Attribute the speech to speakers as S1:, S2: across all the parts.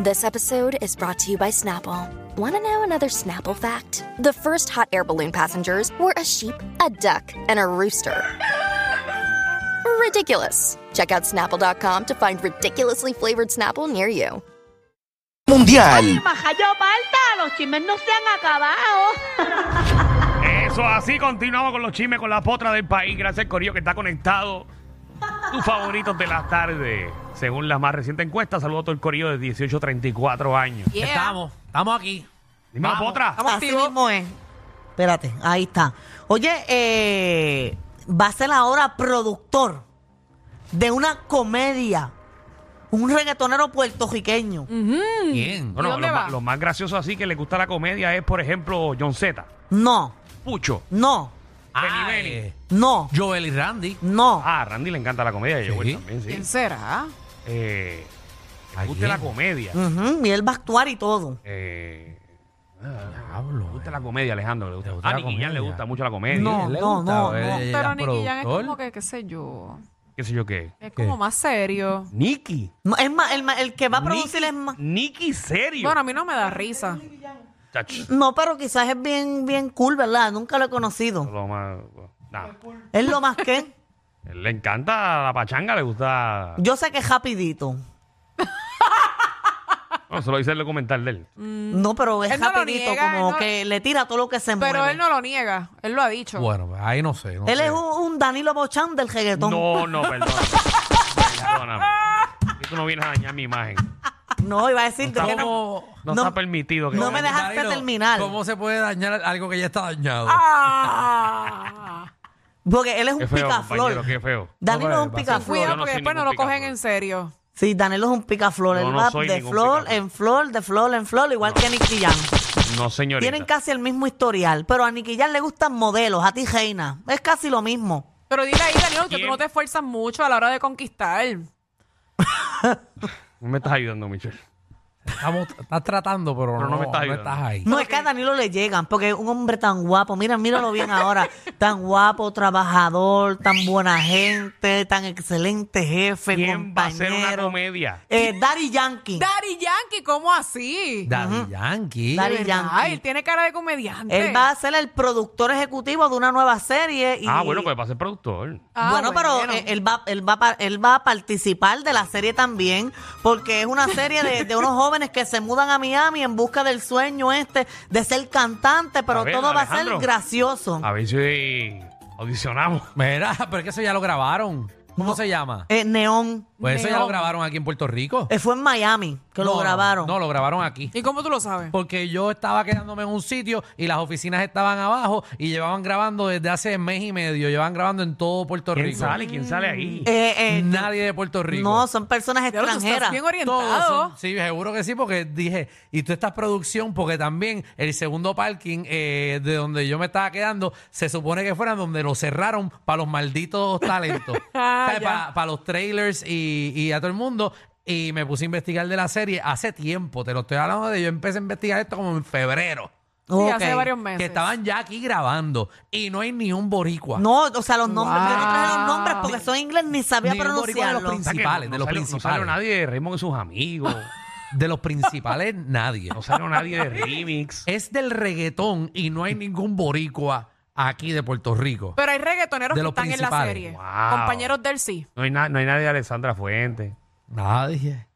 S1: This episode is brought to you by Snapple. Want to know another Snapple fact? The first hot air balloon passengers were a sheep, a duck, and a rooster. Ridiculous. Check out snapple.com to find ridiculously flavored Snapple near you.
S2: Mundial.
S3: Majayo Palta, los chismes no se han acabado.
S4: Eso así, continuamos con los chismes con la potra del país. Gracias, Corillo, que está conectado. Tus favoritos de la tarde, según la más reciente encuesta. Saludos a todo el Corillo de 18 a 34 años.
S5: Estamos, estamos aquí.
S4: Dime,
S5: Vamos.
S4: potra.
S6: Así mismo es. Espérate, ahí está. Oye, eh, va a ser ahora productor de una comedia. Un reggaetonero puertorriqueño.
S7: Mm.
S6: Mm.
S5: Bien.
S4: No, no, lo, ma- lo más gracioso así que le gusta la comedia es, por ejemplo, John Z.
S6: No,
S4: Pucho.
S6: no,
S4: Benny
S5: Ah,
S4: Benny.
S5: eh,
S6: no,
S5: Joel y Randy.
S6: no.
S4: Ah, a Randy le encanta la comedia. Yo
S5: Sí.
S4: también, sí.
S7: ¿Quién será?
S4: Eh, le
S5: Ay,
S4: gusta
S5: bien.
S4: la comedia.
S6: Ujú, y él va a actuar y todo.
S4: Eh, le
S5: Diablo.
S4: gusta la comedia, Alejandro. Le gusta.
S5: Le gusta
S4: A
S5: la
S4: Nicky Jam le
S5: comedia.
S4: gusta mucho la comedia.
S6: No,
S5: ¿Le
S6: no,
S5: gusta? pues, eh.
S6: no,
S5: O él
S6: no.
S5: es
S7: Pero Nicky Jan es
S5: productor.
S7: como que, qué sé yo,
S4: ¿Qué sé yo qué?
S7: es como más serio.
S4: Nicky.
S6: No, Es más, el, ma- el que va a producir
S4: Nicky-
S6: es más.
S4: Nicky serio.
S7: Bueno, a mí no me da risa.
S4: Chacho.
S6: No, pero quizás es bien, bien cool, ¿verdad? Nunca lo he conocido.
S4: Lo más- nada.
S6: Es lo más que.
S4: Él Le encanta la pachanga, le gusta.
S6: Yo sé que es rapidito.
S4: No, se lo dice el documental de él.
S6: Mm. No, pero es
S7: Mm. Él no lo
S6: rapidito,
S7: niega, él
S6: como
S7: no-
S6: que le tira todo lo que se mueve.
S7: Pero él no lo niega, él lo ha dicho.
S5: Bueno, pues, ahí no sé. no
S6: Él
S5: sé.
S6: es un, un Danilo Bochán del reggaetón.
S4: No, no, perdóname. perdóname. Tú no vienes a dañar mi imagen.
S6: No, iba a decir
S4: No
S6: que
S4: está-
S6: no.
S5: ¿Cómo,
S4: No,
S6: No,
S4: está permitido que.
S6: no me dejaste
S5: Danilo,
S6: terminar.
S5: ¿Cómo se puede dañar algo que ya está dañado?
S7: Ah,
S6: Porque él es un
S4: Qué feo, compañero,
S6: picaflor.
S4: qué feo.
S6: Danilo
S5: No,
S6: es un
S5: pero va a ser-
S6: picaflor.
S7: cuidado
S4: Yo no
S7: porque
S4: soy
S7: después no
S4: ningún
S7: lo cogen
S4: picaflor.
S7: en serio.
S6: Sí, Danilo es un picaflor.
S4: Yo
S6: él
S4: no
S6: va
S4: soy
S6: de
S4: ningún
S6: flor
S4: picaflor.
S6: en flor, de flor en flor, igual que Nicky Jam.
S4: No, señorita.
S6: Tienen casi el mismo historial, pero a Nicky Jam le gustan modelos, a ti Reina. Es casi lo mismo.
S7: Pero dile ahí, Danilo, que tú
S4: ¿Quién?
S7: no te esfuerzas mucho a la hora de conquistar.
S4: No me estás ayudando, Michelle.
S5: Estamos, estás tratando, pero,
S4: Pero no
S5: no,
S4: me estás ayudando.
S5: estás ahí.
S6: No es que a Danilo le llegan, porque es un hombre tan guapo, mira, míralo bien ahora, tan guapo, trabajador, tan buena gente, tan excelente jefe,
S4: ¿Quién va a hacer una
S6: compañero.
S4: comedia?
S6: Eh, Daddy Yankee.
S7: Daddy Yankee, ¿cómo así?
S5: Daddy Yankee.
S6: Daddy
S7: ¿Verdad?
S6: Yankee.
S7: Él tiene cara de comediante.
S6: Él va a ser el productor ejecutivo de una nueva serie. Y,
S4: Ah, bueno, pues va a ser productor.
S7: Ah,
S6: bueno, pero
S7: bueno.
S6: eh, él va, él, va, a pa- él va a participar de la serie también, porque es una serie de, de unos jóvenes que se mudan a Miami en busca del sueño este de ser cantante, pero
S4: A ver,
S6: todo va
S4: Alejandro.
S6: a ser gracioso.
S4: A ver si audicionamos.
S5: Mira, pero es que eso ya lo grabaron. ¿Cómo se llama?
S6: Eh, Neón,
S5: Pues eso ya
S7: Neón.
S5: lo grabaron aquí en Puerto Rico.
S6: Eh, fue en Miami que
S5: No,
S6: lo
S5: no,
S6: grabaron.
S5: No, lo grabaron aquí.
S7: ¿Y cómo tú lo sabes?
S5: Porque yo estaba quedándome en un sitio y las oficinas estaban abajo y llevaban grabando desde hace mes y medio. Llevaban grabando en todo Puerto
S4: ¿Quién
S5: Rico.
S4: sale? ¿Quién sale ahí?
S6: Eh, eh,
S5: Nadie de Puerto Rico.
S6: no, son personas
S7: Ya lo tú estás
S6: extranjeras.
S7: bien
S5: Todos
S7: orientado.
S5: son- sí, seguro que sí, porque dije, y tú esta producción, porque también el segundo parking eh, de donde yo me estaba quedando, se supone que fuera donde lo cerraron para los malditos talentos,
S7: Ah, ya.
S5: para los trailers y, y a todo el mundo. Y me puse a investigar de la serie hace tiempo, te lo estoy hablando de, yo empecé a investigar esto como en febrero,
S7: Sí,
S6: Ok.
S7: hace varios meses.
S5: que estaban ya aquí grabando y no hay ni un boricua.
S6: No, o sea, los nombres, yo no traje los
S7: Wow.
S6: nombres porque son inglés ni sabía
S5: Ni un boricua de los
S6: pronunciarlos.
S4: O sea, que
S5: principales,
S4: no- no
S5: de los
S4: sale- No
S5: principales.
S4: sale nadie de Raymond y sus amigos.
S5: De los principales, nadie.
S4: No sale nadie de Remix.
S5: es del reggaetón y no hay ningún boricua aquí de Puerto Rico.
S7: Pero hay reggaetoneros
S5: De
S7: que
S5: los
S7: están en la
S5: principales.
S7: serie.
S4: Wow.
S7: Compañeros del sí.
S4: No hay, na- no hay nadie de Alessandra Fuente.
S5: Nadie.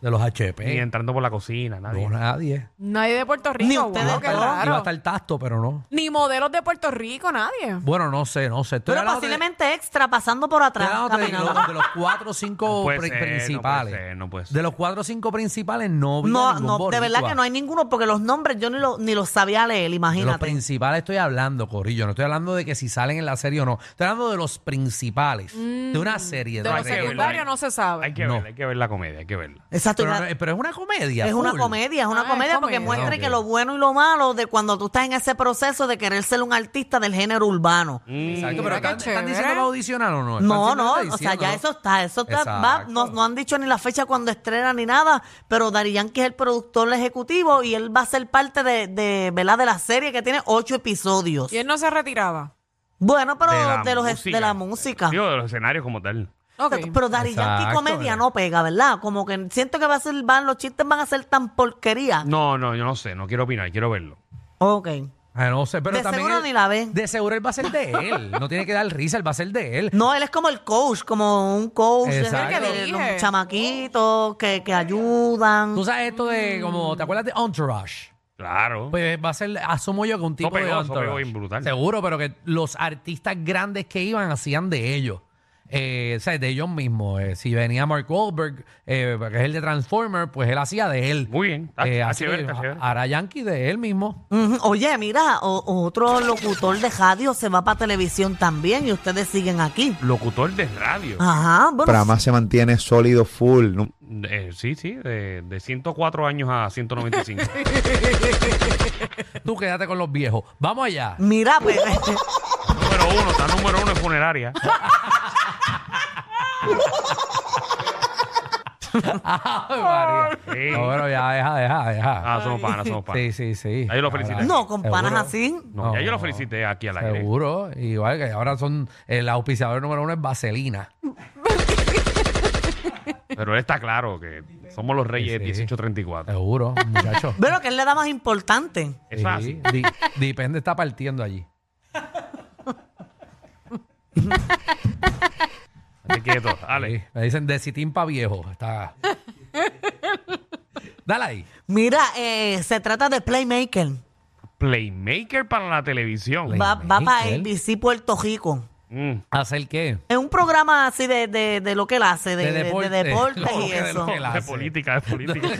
S5: De los HP.
S4: Ni entrando por la cocina, nadie.
S5: No, nadie.
S7: Nadie de Puerto Rico.
S6: Ni ustedes
S7: guau, qué
S6: dos.
S7: raro.
S5: Iba a estar tacto, pero no.
S7: Ni modelos de Puerto Rico, nadie.
S5: Bueno, no sé, no sé. Estoy
S6: Pero
S5: hablando de-
S6: posiblemente extra, pasando por
S5: estoy
S6: atrás,
S5: hablando de,
S6: caminando.
S5: los, de los cuatro o cinco
S4: puede
S5: pri-
S4: ser, no puede
S5: principales.
S4: ser, no puede ser.
S5: De los cuatro o cinco principales no vi a
S6: No,
S5: ningún
S6: no, de verdad
S5: boricua.
S6: que no hay ninguno porque los nombres yo ni, lo, ni los sabía leer,
S5: De los
S6: imagínate.
S5: principales estoy hablando, Corillo. No estoy hablando de que si salen en la serie o no. Estoy hablando de los principales. de
S6: Mm,
S5: una serie.
S7: De
S5: una
S7: los
S4: hay que verlo,
S5: serie.
S7: secundarios
S4: hay-
S7: no se sabe.
S4: Hay que
S5: No.
S4: verla, hay que ver la comedia, hay que verla.
S6: Exacto.
S5: Pero,
S6: una-
S5: no- pero es una comedia.
S6: es una
S5: full.
S6: comedia, es una
S7: Ah, es
S6: comedia porque
S7: comedia.
S6: muestra
S5: Ok.
S6: que lo bueno y lo malo de cuando tú estás en ese proceso de querer ser un artista del género urbano.
S5: Exacto,
S4: Mm.
S7: Mira
S5: pero
S7: qué
S5: ¿están, están
S7: chévere.
S5: diciendo que va a audicionar o no?
S6: No,
S5: Están
S6: no,
S5: simplemente
S6: o sea, ya
S5: diciéndolo.
S6: eso está, eso está, va,
S5: Exacto.
S6: no, no han dicho ni la fecha cuando estrena ni nada, pero Dari Yankee es el productor ejecutivo y él va a ser parte de, de, ¿verdad? de la serie que tiene ocho episodios.
S7: Y él no se retiraba.
S6: Bueno, pero
S4: De la
S6: de, los, es-
S4: música.
S6: de la música.
S4: Digo, de los escenarios como tal.
S7: Ok.
S6: Exacto, Pero Dari Yankee
S5: Exacto,
S6: comedia
S5: eh.
S6: no pega, ¿verdad? Como que siento que va a ser, van, los chistes van a ser tan porquería.
S4: No, no, yo no sé, no quiero opinar, quiero verlo.
S6: Ok.
S5: Ah, no sé, pero
S6: De
S5: también
S6: seguro
S5: él-
S6: ni la ve.
S5: De seguro él va a ser de él. No tiene que dar risa, él va a ser de él.
S6: No, él es como el coach, como un coach,
S5: Exacto.
S6: de-
S7: El que
S6: de
S7: dirige.
S6: los chamaquitos que, que ayudan.
S5: Tú sabes esto de como, ¿te acuerdas de Entourage?
S4: Claro.
S5: Pues va a ser, asumo yo que un tipo
S4: pegó,
S5: de
S4: eso
S5: Entourage.
S4: pegó bien brutal.
S5: Seguro, pero que los artistas grandes que iban hacían de ellos. Eh, o sea, de ellos mismos. Eh, si venía Mark Wahlberg, eh, que es el de Transformer, pues él hacía de él.
S4: Muy bien. Está-
S5: Eh,
S4: está
S5: así
S4: chévere,
S5: que
S4: está chévere.
S5: hará Yankee de él mismo.
S6: Ujú. Oye, mira, o- otro locutor de radio se va para televisión también y ustedes siguen aquí.
S4: Locutor de radio.
S5: Ah.
S6: Ajá, bueno.
S2: Prama se mantiene sólido, full. Nu-
S4: Eh, sí, sí, de, de 104 años a 195.
S5: Tú quédate con los viejos. Vamos allá.
S6: Mira, pues,
S4: número uno, está número uno en funeraria.
S5: Ay, María.
S4: Sí.
S5: No, pero ya, deja, deja, deja.
S4: Ah, somos panas, somos panas.
S5: sí, sí, sí.
S4: Ahí lo felicité.
S6: no, con panas
S5: Seguro.
S6: así.
S4: No, ya yo lo
S5: No.
S4: felicité aquí al aire.
S5: Seguro, igual que ahora son el auspiciador número uno es Vaselina.
S4: Pero él está claro que somos los reyes
S5: Sí, sí.
S4: 1834.
S5: Seguro, muchacho.
S6: Pero que es la edad más importante.
S4: Eso es así.
S5: Sí, di- Dipende está partiendo allí.
S4: Estate quieto, dale.
S5: Sí, Me dicen de Citín pa' viejo. Está. Dale ahí.
S6: Mira, eh, se trata de Playmaker.
S4: Playmaker para la televisión.
S5: Play-
S6: Va, va para
S5: Playmaker.
S6: ABC Puerto Rico.
S4: Mm.
S5: ¿Hacer qué?
S6: Es un programa así de, de, de lo que él hace, de, de- de deportes
S5: No,
S6: y
S5: que de
S6: eso.
S5: lo que él
S4: De
S5: hace.
S4: política, de política.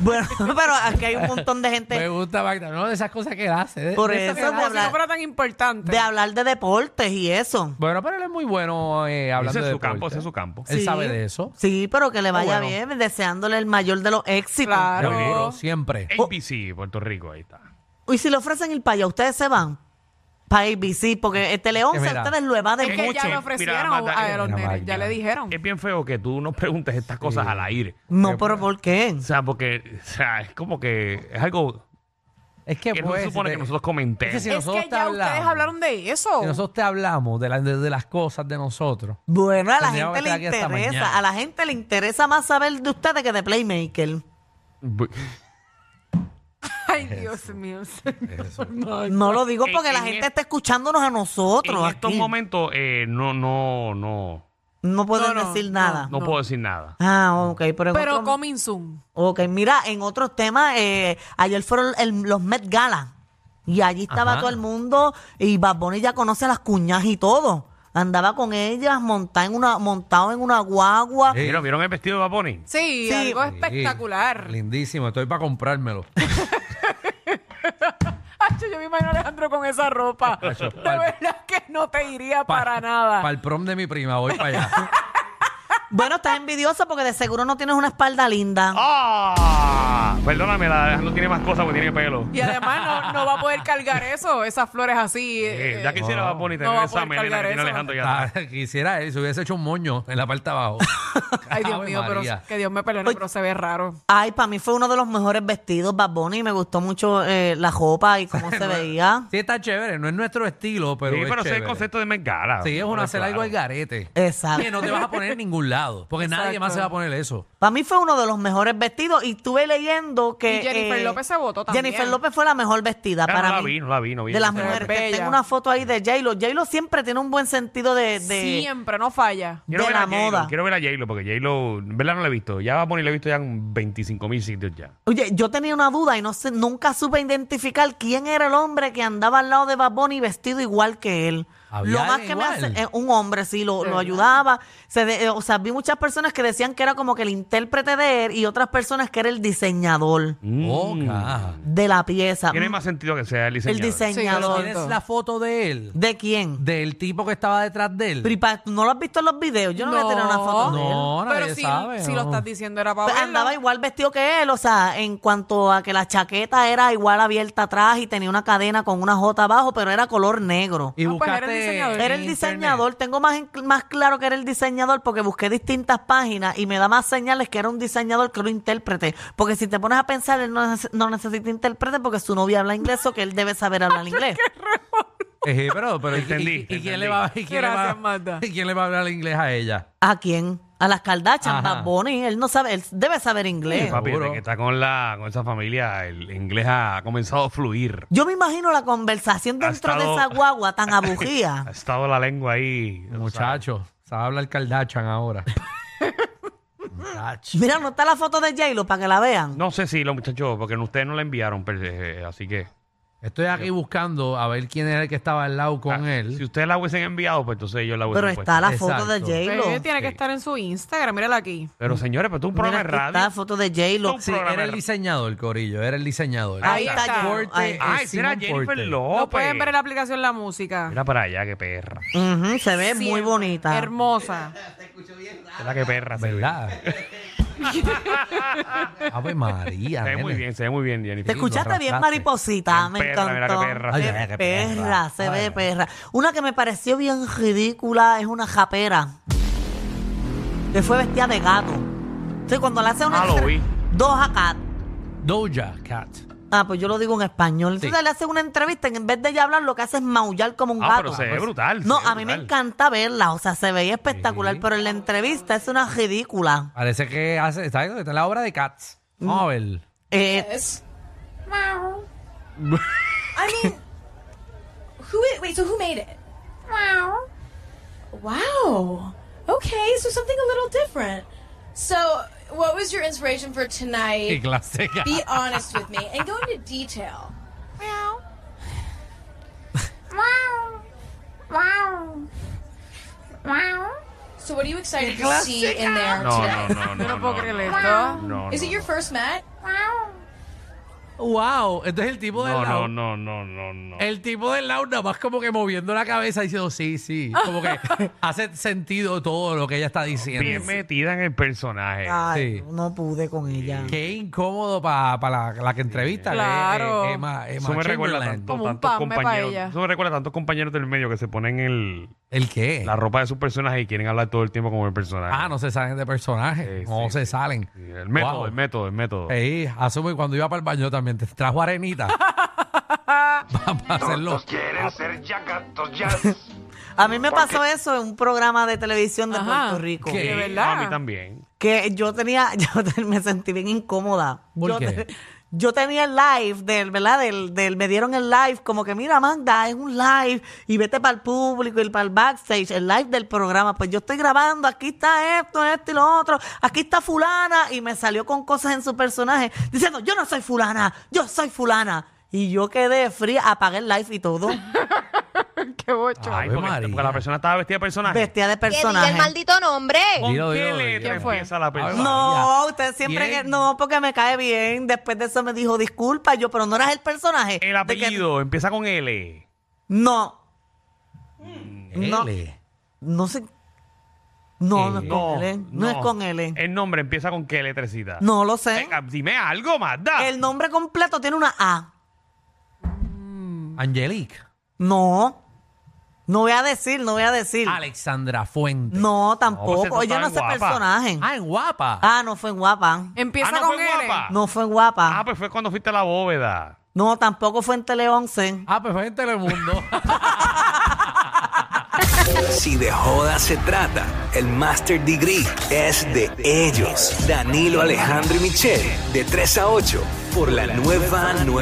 S6: Bueno, pero aquí hay un montón de
S5: Me
S6: gente
S5: gusta, Magda. No, de esas cosas que él hace. de-
S6: Por
S5: de esas
S6: eso
S5: que él hace.
S6: te
S7: Como si no fuera tan importante.
S6: de hablar de deportes y eso.
S5: Bueno, pero él es muy bueno eh,
S4: ese
S5: hablando
S4: es
S5: de
S4: su campo,
S5: deporte.
S4: ese es su campo.
S5: Él
S6: Sí.
S5: sabe de eso.
S6: Sí, pero que le vaya
S5: bueno.
S6: bien, deseándole el mayor de los éxitos.
S7: Claro.
S5: Seguro, siempre.
S4: ABC, Puerto Rico, ahí está.
S6: Y si le ofrecen el paya, ustedes se van para ABC, porque el Tele 11
S5: Es verdad.
S6: ustedes lo evaden
S7: Es que
S6: mucho.
S7: ya
S4: Mira,
S7: lo ofrecieron
S4: Magda, Eh,
S7: a los
S5: mira,
S7: nenes, ya
S5: Magda.
S7: le dijeron.
S4: Es bien feo que tú nos preguntes estas cosas al aire.
S6: No, pero ¿por qué?
S4: O sea, porque, o sea, es como que es algo
S5: Es que,
S4: que no
S5: pues,
S4: se supone
S5: de-
S4: que nosotros
S5: es que
S4: comentemos.
S5: si
S7: es
S5: nosotros
S7: que
S5: te
S7: ya
S5: hablamos-
S7: ustedes hablaron de eso.
S5: Si nosotros te hablamos de, la- de- de las cosas de nosotros.
S6: Bueno, a la
S5: Tendríamos que
S6: gente le
S5: estar aquí hasta
S6: interesa,
S5: mañana.
S6: a la gente le interesa más saber de ustedes que de Playmaker.
S7: Ay, Dios mío.
S6: No
S7: pues,
S6: lo digo
S4: En-
S6: porque la
S4: en
S6: gente
S4: e-
S6: está escuchándonos a nosotros.
S4: en estos
S6: aquí.
S4: momentos eh, no, no, no,
S6: No pueden
S7: No, no,
S6: decir
S7: no.
S6: nada.
S4: no puedo decir nada.
S6: Ah, ok, pero, en
S7: Pero
S6: otro-
S7: coming soon.
S6: Ok, mira, en otros temas, eh, ayer fueron el- los Met Gala y allí estaba
S5: Ajá.
S6: todo el mundo y Bad Bunny ya conoce a las cuñas y todo. Andaba con ellas montada en una, montado en una guagua.
S5: Sí.
S4: ¿Vieron, ¿Vieron el vestido de Baboni?
S7: Sí,
S6: Sí.
S7: algo
S5: Sí,
S7: espectacular.
S5: Lindísimo, estoy para comprármelo.
S7: Ay, yo me imagino a Alejandro con esa ropa.
S5: Eso,
S7: De
S5: pal-
S7: verdad que no te iría para nada.
S5: Para el prom de mi prima, voy para allá.
S6: Bueno, estás envidiosa porque de seguro no tienes una espalda linda.
S4: ¡Ah! Perdóname, la no tiene más cosas porque tiene pelo.
S7: Y además no, no va a poder cargar eso, esas flores así.
S4: Eh,
S7: eh,
S4: ya quisiera
S5: no.
S4: Bad Bunny
S7: No
S4: tener
S7: va a
S4: esa
S7: poder
S4: melena que
S7: cargar
S4: tiene
S7: eso.
S4: Alejandro ya
S5: Ah, quisiera él, se hubiese hecho un moño en la parte de abajo.
S7: Ay, Dios
S5: Ave
S7: mío, pero
S5: María.
S7: que Dios me perdone, pero se ve raro.
S6: Ay, para mí fue uno de los mejores vestidos, Bad Bunny. Me gustó mucho eh, la ropa y cómo se veía.
S5: Sí, está chévere, no es nuestro estilo, pero.
S4: sí,
S5: es
S4: pero ese es el
S5: chévere.
S4: concepto de Mengala.
S5: Sí, es una hacer algo al garete.
S6: Exacto.
S5: Que no te vas a poner en ningún lado, porque nadie
S7: Exacto.
S5: más se va a poner eso.
S6: Para mí fue uno de los mejores vestidos y estuve leyendo que... eh,
S7: Y Jennifer López se votó también.
S6: Jennifer López fue la mejor vestida
S4: Ya
S6: para
S4: Ah, no la
S6: mí.
S4: vi, no la vi, no vi.
S6: de las
S4: Se ve
S6: mujeres. que
S7: bella.
S6: Tengo una foto ahí de J-Lo. J-Lo siempre tiene un buen sentido de... de
S7: Siempre, no falla.
S4: Quiero
S6: de
S4: ver
S6: la
S4: a J-Lo,
S6: moda.
S4: Quiero ver a J-Lo porque J-Lo, en ¿verdad? No lo he visto. Ya Bad Bunny lo he visto ya en 25 mil sitios ya.
S6: Oye, yo tenía una duda y no sé, nunca supe identificar quién era el hombre que andaba al lado de Bad Bunny vestido igual que él.
S5: Había
S6: lo más
S5: alguien
S6: que me hace
S5: igual.
S6: eh, un hombre, sí, lo,
S7: De
S6: lo
S7: verdad.
S6: ayudaba. Se de- eh, o sea, vi muchas personas que decían que era como que el intérprete de él y otras personas que era el diseñador
S4: Mm.
S5: Oh, caja.
S6: de la pieza.
S7: Ah.
S4: Tiene
S6: Mm,
S4: más sentido que sea el
S6: el
S4: diseñador.
S6: diseñador.
S5: ¿Tienes la foto de él?
S6: ¿De quién?
S5: Del tipo que estaba detrás de él.
S6: Pero, ¿y pa- ¿No lo has visto en los videos? Yo no, voy a tener una foto de él.
S5: No, nadie
S7: pero si,
S5: sabe,
S7: si
S5: no.
S7: lo estás diciendo era para
S6: Pues
S7: verlo.
S6: andaba igual vestido que él, o sea, en cuanto a que la chaqueta era igual abierta atrás y tenía una cadena con una jota abajo, pero era color negro.
S5: Y
S7: Ah, pues, era el diseñador.
S5: en
S6: Era el
S5: internet.
S6: diseñador, tengo más, en- más claro que era el diseñador porque busqué distintas páginas y me da más señales que era un diseñador que un intérprete. Porque si te pones a pensar, él no, neces- no necesita intérprete porque su novia habla inglés o que él debe saber hablar inglés.
S5: Eh, pero, pero ¿y-
S4: Entendí,
S5: ¿y, y
S4: entendí.
S5: quién le va, y quién le va-
S7: Gracias, Magda.
S5: ¿y quién le va a hablar inglés a ella?
S6: ¿A quién? A las Kardashian,
S5: Ajá.
S6: Bad Bunny. Él no sabe, él debe saber inglés.
S5: Sí,
S4: Papi, desde
S5: Seguro.
S4: que está con, la, con esa familia, el inglés ha comenzado a fluir.
S6: Yo me imagino la conversación
S4: Ha
S6: dentro
S4: estado-
S6: de esa guagua tan
S4: Ha
S6: abujía.
S4: estado la lengua ahí. tú sabes.
S5: Muchacho, sabe hablar Kardashian ahora. Muchacho.
S6: Mira, no está la foto de J-Lo para que la vean.
S4: No sé si los muchachos, porque ustedes no la enviaron, pero, eh, así que...
S5: Estoy aquí buscando a ver quién era el que estaba al lado con
S4: Ah,
S5: él.
S4: Si ustedes la hubiesen enviado, pues entonces yo la hubiesen
S6: Pero
S4: puesto.
S6: está la foto
S5: Exacto.
S6: de
S7: Pero
S6: J-Lo.
S7: tiene que estar en su Instagram, mírala aquí.
S4: Pero señores, pero tú un
S6: Mira,
S4: programa de
S6: aquí está la
S4: radio.
S6: foto de J-Lo.
S4: un
S5: Sí,
S4: programa
S5: era
S4: de
S5: el
S4: ra-
S5: diseñador, Corillo, era el diseñador.
S6: Ahí
S7: está
S5: Simon
S7: yo.
S5: Porte
S6: Ahí.
S5: es
S4: Ah, ese era
S5: Simon
S4: Jennifer
S5: Porte.
S4: López.
S7: Lo pueden ver en la aplicación La Música.
S4: Mira para allá, qué perra.
S6: Ujú, se ve muy
S7: Siempre
S6: bonita.
S7: Hermosa.
S4: Mira qué perra. Se ve.
S5: ¿Verdad? Ave María.
S4: Se ve muy
S5: nene.
S4: bien, se ve muy bien, Jennifer.
S6: Te escuchaste bien,
S5: arrastraste.
S6: mariposita.
S4: Bien
S6: Me
S4: perra, mira qué
S6: encantó.
S4: perra.
S5: Ay,
S6: Qué
S5: mira qué
S6: perra,
S5: perra.
S6: se ve
S5: Ay.
S6: perra. Una que me pareció bien ridícula es una japera. Que fue vestida de gato. Entonces, cuando le hace una.
S4: Ah, lo vi.
S6: Dos acá.
S5: Doja Cat.
S6: Ah, pues yo lo digo en español. Entonces
S5: Sí.
S6: le hace una entrevista y en vez de ella hablar, lo que hace es maullar como un
S4: Ah,
S6: gato.
S4: pero se ve brutal, se
S6: No,
S4: ve
S6: a mí me
S4: brutal.
S6: encanta verla. O sea, se veía espectacular, pero en la entrevista es una ridícula.
S5: Parece que hace, está está en la obra de Cats. Vamos a ver.
S6: Eh,
S8: I mean, who? i- Wait, so who made it? Wow. Wow. Okay, so something a little different. So, what was your inspiration for
S5: Qué
S8: tonight?
S5: clase de gato.
S8: Be honest with me and go into detail. Wow. Wow. Wow. Wow. So, what are you excited to see in there
S4: No,
S8: today?
S4: no, no, no.
S7: Yo no puedo creer
S4: no,
S7: esto.
S4: no,
S8: Is it
S4: no,
S8: your first Met? Wow.
S5: Wow. Este es el tipo del
S4: No,
S5: lado.
S4: no, no, no, no. no.
S5: El tipo del lado nada más como que moviendo la cabeza diciendo sí, sí. Como que hace sentido todo lo que ella está diciendo.
S4: Bien metida en el personaje.
S6: ay,
S5: Sí.
S6: no pude con ella.
S5: Qué incómodo para la, la que entrevista. que es,
S7: Claro.
S5: eh, Emma- Emma
S4: Eso me recuerda
S5: Chamberlain.
S4: tanto,
S7: Como un
S4: tantos
S7: pan, me pa'
S4: compañeros.
S7: ella.
S4: Eso me recuerda a tantos compañeros del medio que se ponen el,
S5: ¿El qué?
S4: la ropa de sus personajes y quieren hablar todo el tiempo como el personaje.
S5: Ah, no se salen de personaje.
S4: Sí,
S5: no
S4: sí,
S5: se
S4: sí.
S5: salen.
S4: Sí, El método,
S5: Wow. Eh,
S4: el método, el método.
S5: Ey, asumo que cuando iba para el baño también te trajo arenita. para hacerlo.
S6: A mí me pasó eso en un programa de televisión de
S7: Ajá.
S6: Puerto Rico.
S5: ¿Qué?
S7: De
S4: Sí,
S7: verdad.
S4: A mí también.
S6: Que yo tenía, yo te- me sentí bien incómoda.
S5: ¿Por
S6: yo,
S5: qué?
S6: te- yo tenía el live del, ¿verdad? Del, del- me dieron el live, como que mira, Amanda, es un live y vete para el público y para el backstage, el live del programa. Pues yo estoy grabando, aquí está esto, esto y lo otro, aquí está fulana y me salió con cosas en su personaje diciendo, yo no soy fulana, yo soy fulana. Y yo quedé fría, apagué el live y todo,
S7: Qué bocho.
S4: Ay,
S5: Ave
S4: porque,
S5: María.
S4: porque la persona estaba vestida de personaje.
S6: vestida de
S9: Que diga el
S6: personaje.
S9: maldito nombre.
S4: ¿Con
S5: Dilo,
S4: qué
S5: dilo, dilo.
S4: letra
S7: ¿Quién fue?
S4: empieza la persona?
S6: No,
S5: María.
S6: usted siempre
S5: Bien.
S6: que. No, porque me cae bien. Después de eso me dijo, disculpa, yo, pero no eras el personaje.
S4: El
S6: De que-
S4: apellido empieza con L.
S6: no, No.
S5: L.
S6: no sé. No,
S5: Eh,
S6: no es con L. No, es con L.
S4: El nombre empieza con qué letrecita.
S6: No lo sé.
S4: Eh, Venga, dime algo, Magda.
S6: El nombre completo tiene una A.
S5: Angelique.
S6: No. No voy a decir, no voy a decir.
S5: Alexandra Fuente.
S6: No,
S4: No, pues
S6: tampoco.
S4: eso
S6: Ella no es
S4: estaba en guapa.
S6: personaje.
S5: Ah, en guapa.
S6: Mm. Ah, no fue en guapa.
S7: Empieza
S4: Ah, ¿no
S7: con
S4: fue
S7: L.
S4: guapa?
S6: No fue en
S4: Ah,
S6: guapa.
S4: pues fue cuando fuiste a la bóveda.
S6: No, tampoco fue en Tele 11.
S5: Ah, pues fue en Telemundo.
S10: Si de joda se trata, el Master Degree es de ellos. Danilo Alejandro y Michelle, de 3 a 8, por la nueva nueva.